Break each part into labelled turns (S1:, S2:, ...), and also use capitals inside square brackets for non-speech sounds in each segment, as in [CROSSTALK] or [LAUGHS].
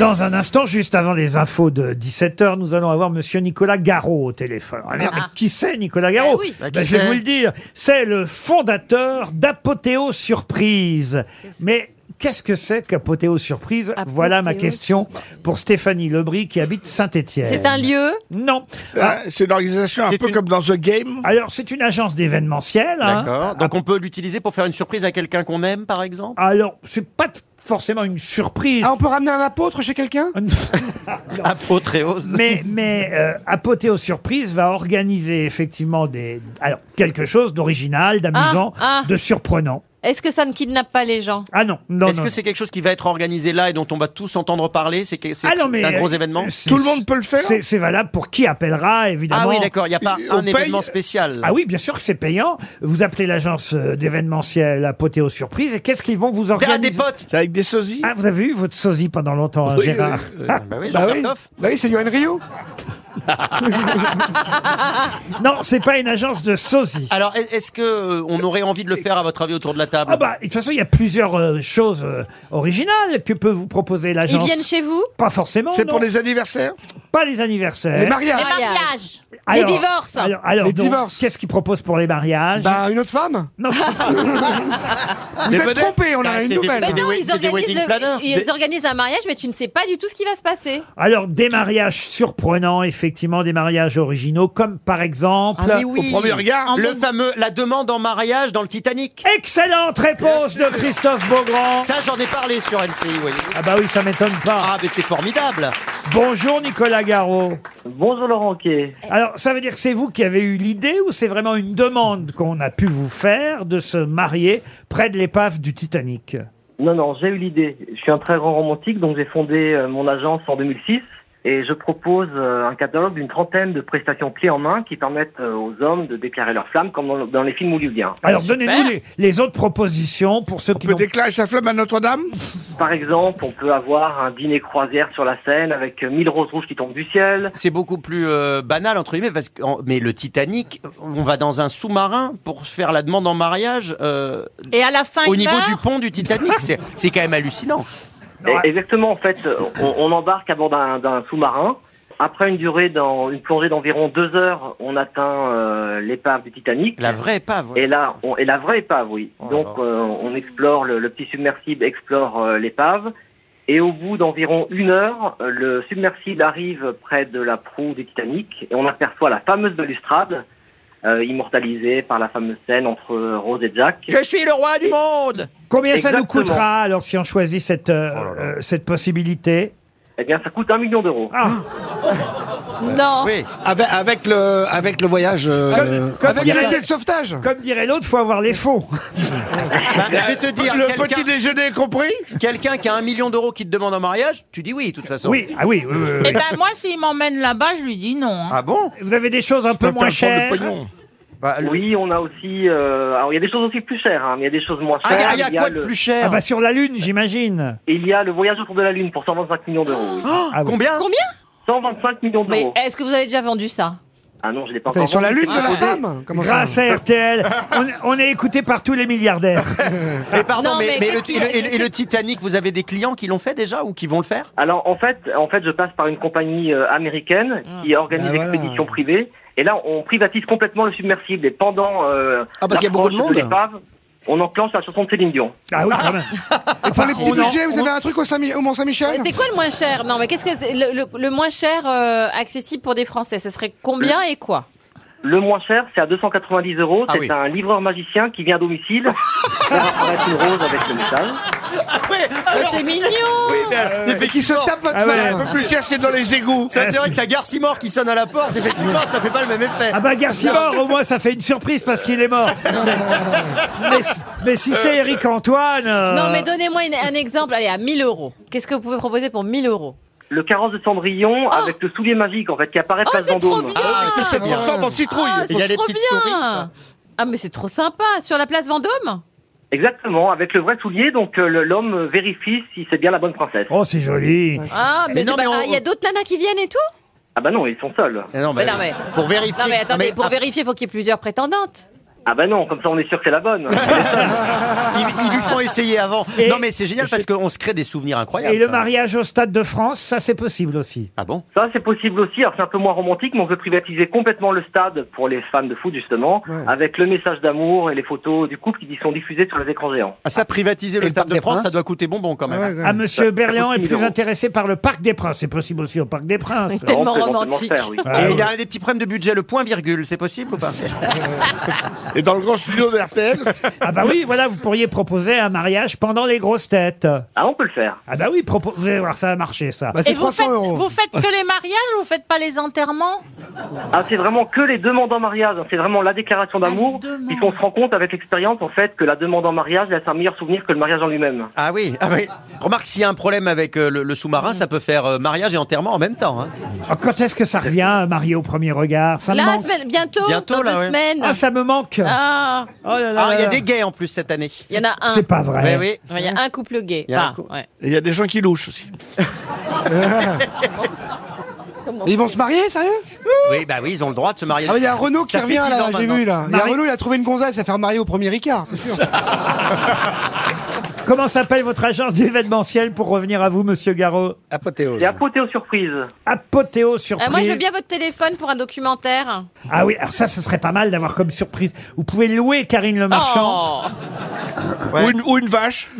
S1: Dans un instant, juste avant les infos de 17h, nous allons avoir monsieur Nicolas Garot au téléphone. Ah, merde, mais qui c'est Nicolas Garot
S2: oui. Bah, qui
S1: Ben, Je vais
S2: c'est
S1: vous le dire, c'est le fondateur d'Apothéo Surprise. Mais qu'est-ce que c'est qu'Apothéo Surprise Voilà ma
S3: Apothéo
S1: question pour Stéphanie Lebris qui habite Saint-Étienne.
S3: C'est un lieu
S1: Non. Ah,
S4: C'est une organisation un
S5: C'est
S4: peu
S5: une-
S4: comme dans The Game.
S1: Alors, c'est une agence d'événementiel. hein.
S5: D'accord. Donc on peut l'utiliser pour faire une surprise à quelqu'un qu'on aime, par exemple
S1: Ah, Alors, c'est pas forcément une surprise.
S6: Ah, on peut ramener un apôtre chez quelqu'un
S1: [LAUGHS]
S5: Apothéose.
S1: Ah, Mais, mais euh, Apothéo Surprise va organiser effectivement des, alors, quelque chose d'original, d'amusant,
S3: Ah, ah.
S1: de surprenant.
S3: Est-ce que ça ne kidnappe pas les gens
S1: Ah non, non,
S5: Est-ce
S1: non.
S5: que c'est quelque chose qui va être organisé là et dont on va tous entendre parler C'est que- c'est
S1: Ah non, mais,
S5: un gros
S1: euh,
S5: événement
S1: c'est-
S4: Tout le monde peut le faire.
S1: c'est, c'est valable pour qui appellera, évidemment.
S5: Ah oui, d'accord, il n'y a pas
S4: Et on
S5: un
S4: paye-
S5: événement spécial.
S1: Ah oui, bien sûr que c'est payant. Vous appelez l'agence euh, d'événementiel Apothéo Surprise et qu'est-ce qu'ils vont vous
S5: Des- ah,
S1: organiser
S5: des potes
S4: C'est avec des sosies.
S1: Ah, vous avez eu votre sosie pendant longtemps, hein,
S4: Oui,
S1: Gérard.
S4: oui, oui.
S7: [LAUGHS]
S5: Bah oui,
S6: Bah
S5: Jean-Pierre
S6: oui,
S5: Coff.
S6: bah oui c'est Yoann Rio.
S7: Oh,
S1: Non, c'est pas une agence de sosie.
S5: Alors, est- est-ce que euh, on aurait envie de le faire à votre avis autour de la table
S1: Ah bah, de toute façon, il y a plusieurs euh, choses euh, originales que peut vous proposer
S3: Ils
S1: l'agence.
S3: viennent chez vous
S1: Pas forcément,
S4: C'est
S1: non.
S4: pour les anniversaires
S1: pas les anniversaires.
S6: Les mariages.
S3: Les mariages. Les divorces.
S1: Alors, alors
S6: Les
S1: donc,
S6: divorces.
S1: qu'est-ce qu'ils proposent pour les
S7: Eh
S1: mariages
S7: ben,
S6: Bah, une autre femme
S1: Non,
S6: Vous êtes trompé, on en
S5: Ah,
S6: a
S5: c'est
S6: une
S5: des-
S6: nouvelle.
S5: c'est
S3: Mais
S5: des
S3: Bah non,
S5: wed-
S3: ils
S5: c'est des
S3: organisent,
S5: wedding
S3: le-
S5: planners.
S3: ils organisent un mariage, mais tu ne sais pas du tout ce qui va se passer.
S1: alors des mariages surprenants, effectivement, des mariages originaux, comme par exemple.
S4: Au premier regard,
S5: Le
S4: le
S5: fameux la demande en mariage dans le Titanic.
S1: Excellente réponse de Christophe Beaugrand.
S5: Ça, j'en ai parlé sur LCI. vous voyez.
S1: Ah bah oui, ça m'étonne pas.
S5: Ah, mais c'est formidable.
S1: Bonjour Nicolas Garot.
S8: Bonjour Laurent Quay.
S1: Alors, ça veut dire que c'est vous qui avez eu l'idée ou c'est vraiment une demande qu'on a pu vous faire de se marier près de l'épave du Titanic
S8: Non, non, j'ai eu l'idée. Je suis un très grand romantique, donc j'ai fondé euh, mon agence en 2006 et je propose euh, un catalogue d'une trentaine de prestations clés en main qui permettent euh, aux hommes de déclarer leur flamme comme dans, dans les films hollywoodiens.
S1: Alors, donnez-nous les, les autres propositions pour ceux
S4: on
S1: qui
S4: peut
S1: n'ont
S4: déclarer sa flamme à Notre-Dame.
S8: Par exemple, on peut avoir un dîner croisière sur la Seine avec euh, mille roses rouges qui tombent du ciel.
S5: C'est beaucoup plus euh, banal entre guillemets parce que en- mais le Titanic, on va dans un sous-marin pour faire la demande en mariage euh,
S9: Et à la fin,
S5: au
S9: il
S5: niveau
S9: meurt.
S5: du pont du Titanic. C'est- C'est quand même hallucinant.
S8: Et- exactement, en fait, euh, on, on embarque à bord d'un d'un sous-marin. Après une durée dans une plongée d'environ deux heures, on atteint euh, l'épave du Titanic.
S5: La vraie épave. ouais.
S8: Et là, on, et la vraie épave, oui.
S5: Oh là
S8: Donc,
S5: là.
S8: euh, on explore, le, le petit submersible explore euh, l'épave. Et au bout d'environ une heure, euh, le submersible arrive près de la proue du Titanic et on aperçoit la fameuse balustrade, euh, immortalisée par la fameuse scène entre euh, Rose et Jack.
S9: Je suis le roi du monde
S1: Combien ça nous
S8: Exactement.
S1: coûtera alors si on choisit cette, euh, euh, cette possibilité
S8: Eh bien, ça coûte un million d'euros.
S1: ah,
S3: Non.
S5: Oui.
S6: Ah.
S7: Avec, avec le, avec le voyage. euh,
S1: Comme- comme
S7: avec-
S6: Avec
S1: Il y a-
S6: un filet de sauvetage.
S1: Comme dirait l'autre, faut avoir les fonds.
S5: Bah, je vais te dire,
S4: le
S5: quelqu'un-
S4: petit déjeuner est compris.
S5: quelqu'un qui a un million d'euros qui te demande en mariage, tu dis oui de toute façon.
S1: Oui, ah oui. oui, oui, oui.
S9: Eh ben moi, s'il m'emmène là-bas, je lui dis non. hein.
S5: Ah bon
S1: Vous avez des choses un peu
S4: Faire
S1: moins
S4: prendre
S1: chères.
S4: le pognon.
S5: Bah, le-
S8: Oui, on a aussi. euh, alors, il y a des choses aussi plus chères, hein, mais il y a des choses moins
S5: Ah,
S8: chères.
S5: il y a- il y a, quoi
S8: le,
S5: de plus
S1: Ah
S5: cher
S1: bah sur la lune, j'imagine.
S8: il y a le voyage autour de la Lune pour 125 millions d'euros. oui.
S1: Ah oui.
S5: Combien
S8: 125 millions
S3: Mais
S8: d'euros.
S3: est-ce que vous avez déjà vendu ça
S5: eh
S8: Ah non, je l'ai pas
S6: Attends,
S8: encore.
S6: sur la
S8: vendu,
S6: lune de
S8: c'est
S6: la
S8: proposé.
S6: femme Comment ça
S1: Grâce à RTL, on, on est écouté par tous les milliardaires.
S5: Mais pardon,
S3: Non,
S5: mais,
S3: mais
S5: mais le,
S3: qu'est-ce qu'il-
S5: et le- et le- et le Titanic, vous avez des clients qui l'ont fait déjà ou qui vont le faire
S8: Alors en fait, en fait, je passe par une compagnie euh, américaine
S7: Ah.
S8: qui organise
S6: Bah
S8: des
S6: voilà.
S8: expéditions privées. Et là, on privatise complètement le submersible. Et pendant euh,
S7: Ah, parce qu'il y a beaucoup de
S8: l'approche
S7: monde.
S8: l'épave, on enclenche la chanson de Céline Dion.
S1: Ah oui, quand même.
S6: Et pour les petits
S1: on en-
S6: budgets, vous
S1: on-
S6: avez un truc au, Saint- au Mont-Saint-Michel
S3: C'est quoi le moins cher Non, mais qu'est-ce que c'est le, le- le moins cher euh, accessible pour des Français Ce serait combien et quoi
S8: Le moins cher, c'est à 290 euros.
S5: Ah
S8: c'est
S5: oui.
S8: un livreur magicien qui vient à domicile
S7: [LAUGHS]
S8: faire apparaître une rose avec le message.
S5: Ah ouais
S3: Oh, C'est mignon
S5: Euh.
S6: Et qui se tape votre
S1: Ah ouais.
S4: Un
S6: femme
S4: peu plus cher, c'est dans les égouts.
S5: Ça, c'est vrai que t'as Garcimore qui sonne à la porte, effectivement, ça fait pas le même effet.
S1: Ah bah Garcimore, au moins ça fait une surprise parce qu'il est mort. mais, mais si c'est Eric Antoine... euh,
S3: Non, mais donnez-moi une- un exemple. Allez, à 1000 euros. Qu'est-ce que vous pouvez proposer pour 1000 euros
S8: Le carrosse de Cendrillon
S7: Ah.
S8: avec le soulier magique en fait qui apparaît
S3: Oh,
S8: place
S3: c'est trop
S8: Vendôme.
S3: bien
S5: Ah, mais ça, c'est
S4: Il
S5: bien.
S4: ressemble en citrouille.
S3: Ah,
S5: Il y a
S3: c'est
S5: des
S3: trop
S5: petites souris,
S3: bien Ah, mais c'est trop sympa Sur la place Vendôme
S8: Exactement, avec le vrai soulier. Donc euh, le- l'homme vérifie si c'est bien la bonne princesse.
S1: Oh, c'est joli.
S3: Ah, mais
S5: Mais non,
S3: c'est pas-
S5: mais on-
S3: ah, il y a d'autres nanas qui viennent et tout
S8: Ah bah non, ils sont seuls.
S5: Ah non,
S3: Mais non, mais-
S5: Pour vérifier.
S3: Non, mais attendez,
S5: mais-
S3: pour
S5: ah,
S3: vérifier, il faut qu'il y ait plusieurs prétendantes.
S8: Ah bah non, comme ça on est sûr que c'est
S7: [LAUGHS]
S8: la bonne.
S5: Ils, ils lui font essayer avant.
S1: Et-
S5: non, mais c'est génial parce qu'on se crée des souvenirs incroyables.
S1: Et le
S5: ça.
S1: mariage au Stade de France, ça c'est possible aussi.
S5: Ah bon
S8: Ça, c'est possible aussi. Alors, c'est un peu moins romantique, mais on veut privatiser complètement le stade pour les fans de foot, justement, avec le message d'amour et les photos du couple qui sont diffusées sur les écrans géants.
S5: ah, Ça, privatiser
S7: Et
S5: le
S7: le
S5: Stade
S7: Parc
S5: de
S7: des
S5: France,
S7: Princes
S5: ça doit coûter bonbon quand même.
S7: Ouais, ouais.
S1: Ah, monsieur Berlian est
S8: coûte 1000
S1: plus
S8: euros.
S1: intéressé par le Parc des Princes. C'est possible aussi au Parc des Princes. Oh.
S3: Tellement
S8: On peut éventuellement
S3: romantique.
S8: le faire, oui.
S1: Ah,
S5: Et
S1: ouais.
S5: il y a un des petits problèmes de budget, le point virgule, c'est possible ou pas
S4: Et dans le grand studio de RTL,
S1: Ah bah oui, voilà, vous pourriez proposer un mariage pendant les grosses têtes.
S8: Ah, on peut le faire.
S1: Ah bah oui, propo- vous allez voir, ça a marché ça.
S7: Bah,
S9: Et
S7: c'est
S9: vous
S7: 300
S9: faites,
S7: euros.
S9: vous faites que les mariages, vous faites pas les enterrements
S8: Ah, c'est vraiment que les demandes en mariage. hein. C'est vraiment la déclaration
S9: Ah,
S8: d'amour.
S9: les demandes.
S8: Puisqu'on se rend compte avec l'expérience, en fait, que la demande en mariage laisse un meilleur souvenir que le mariage en lui-même.
S5: Ah oui, ah oui. Remarque, s'il y a un problème avec euh, le, le sous-marin, ça peut faire euh, mariage et enterrement en même temps. hein.
S3: Euh.
S1: Ah, Quand est-ce que ça revient, marié au premier regard Ça me
S3: La
S1: manque.
S3: semaine, bientôt,
S5: Bientôt,
S3: dans
S5: là,
S3: deux
S5: ouais.
S3: semaines.
S1: Ah, ça me manque.
S3: Ah,
S1: Oh là là
S5: Ah, il y
S1: là.
S5: a des gays en plus cette année.
S3: il y en a un.
S1: C'est pas vrai.
S5: Oui, oui.
S3: Ouais, Il y a un couple gay.
S5: Il y a un
S3: Enfin,
S5: couple.
S3: ouais.
S4: il y a des gens qui louchent aussi.
S6: Ils vont se marier, sérieux
S5: Oui, bah oui, ils ont le droit de se marier.
S6: Ah, mais il y a Renaud qui
S5: Ça fait
S6: revient
S5: 10 ans
S6: là, j'ai
S5: maintenant.
S6: vu là. Il y a
S1: Marie-
S6: Renaud, il a trouvé une gonzesse à faire marier au premier Ricard, c'est sûr.
S1: Comment s'appelle votre agence d'événementiel pour revenir à vous, monsieur Garot
S7: Apothéose.
S8: Et apôté aux surprises.
S1: Apothéo surprise.
S3: Ah, moi, je veux bien votre téléphone pour un documentaire.
S1: Ah oui, alors ça, ce serait pas mal d'avoir comme surprise. Vous pouvez louer Karine Le Marchand.
S3: Oh.
S4: Ou, une, ou une vache.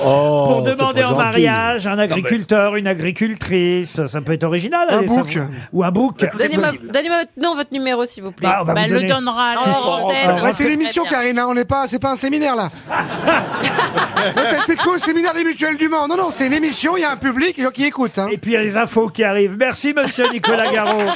S6: Oh,
S1: pour demander en mariage un agriculteur, une agricultrice. Ça peut être original.
S6: Un
S1: allez, ça
S6: bouc.
S1: vous- Ou un bouc.
S3: Donnez-moi
S8: possible.
S3: donnez votre nom, votre numéro, s'il vous plaît.
S1: Bah, on va
S9: Bah,
S1: vous
S9: elle le
S1: donner-
S9: donnera.
S3: Oh,
S9: elle.
S3: antenne.
S6: Ouais, c'est l'émission,
S3: Très bien.
S6: Karine, hein, on n'est pas, c'est pas un séminaire
S4: [LAUGHS]
S6: là. Ouais, c'est- c'est quoi, le séminaire des mutuelles du Mans Non, non, c'est une émission, il y a un public, les gens qui écoutent. Hein. [LAUGHS]
S1: Et puis il y a les infos qui arrivent. Merci, monsieur Nicolas Garot.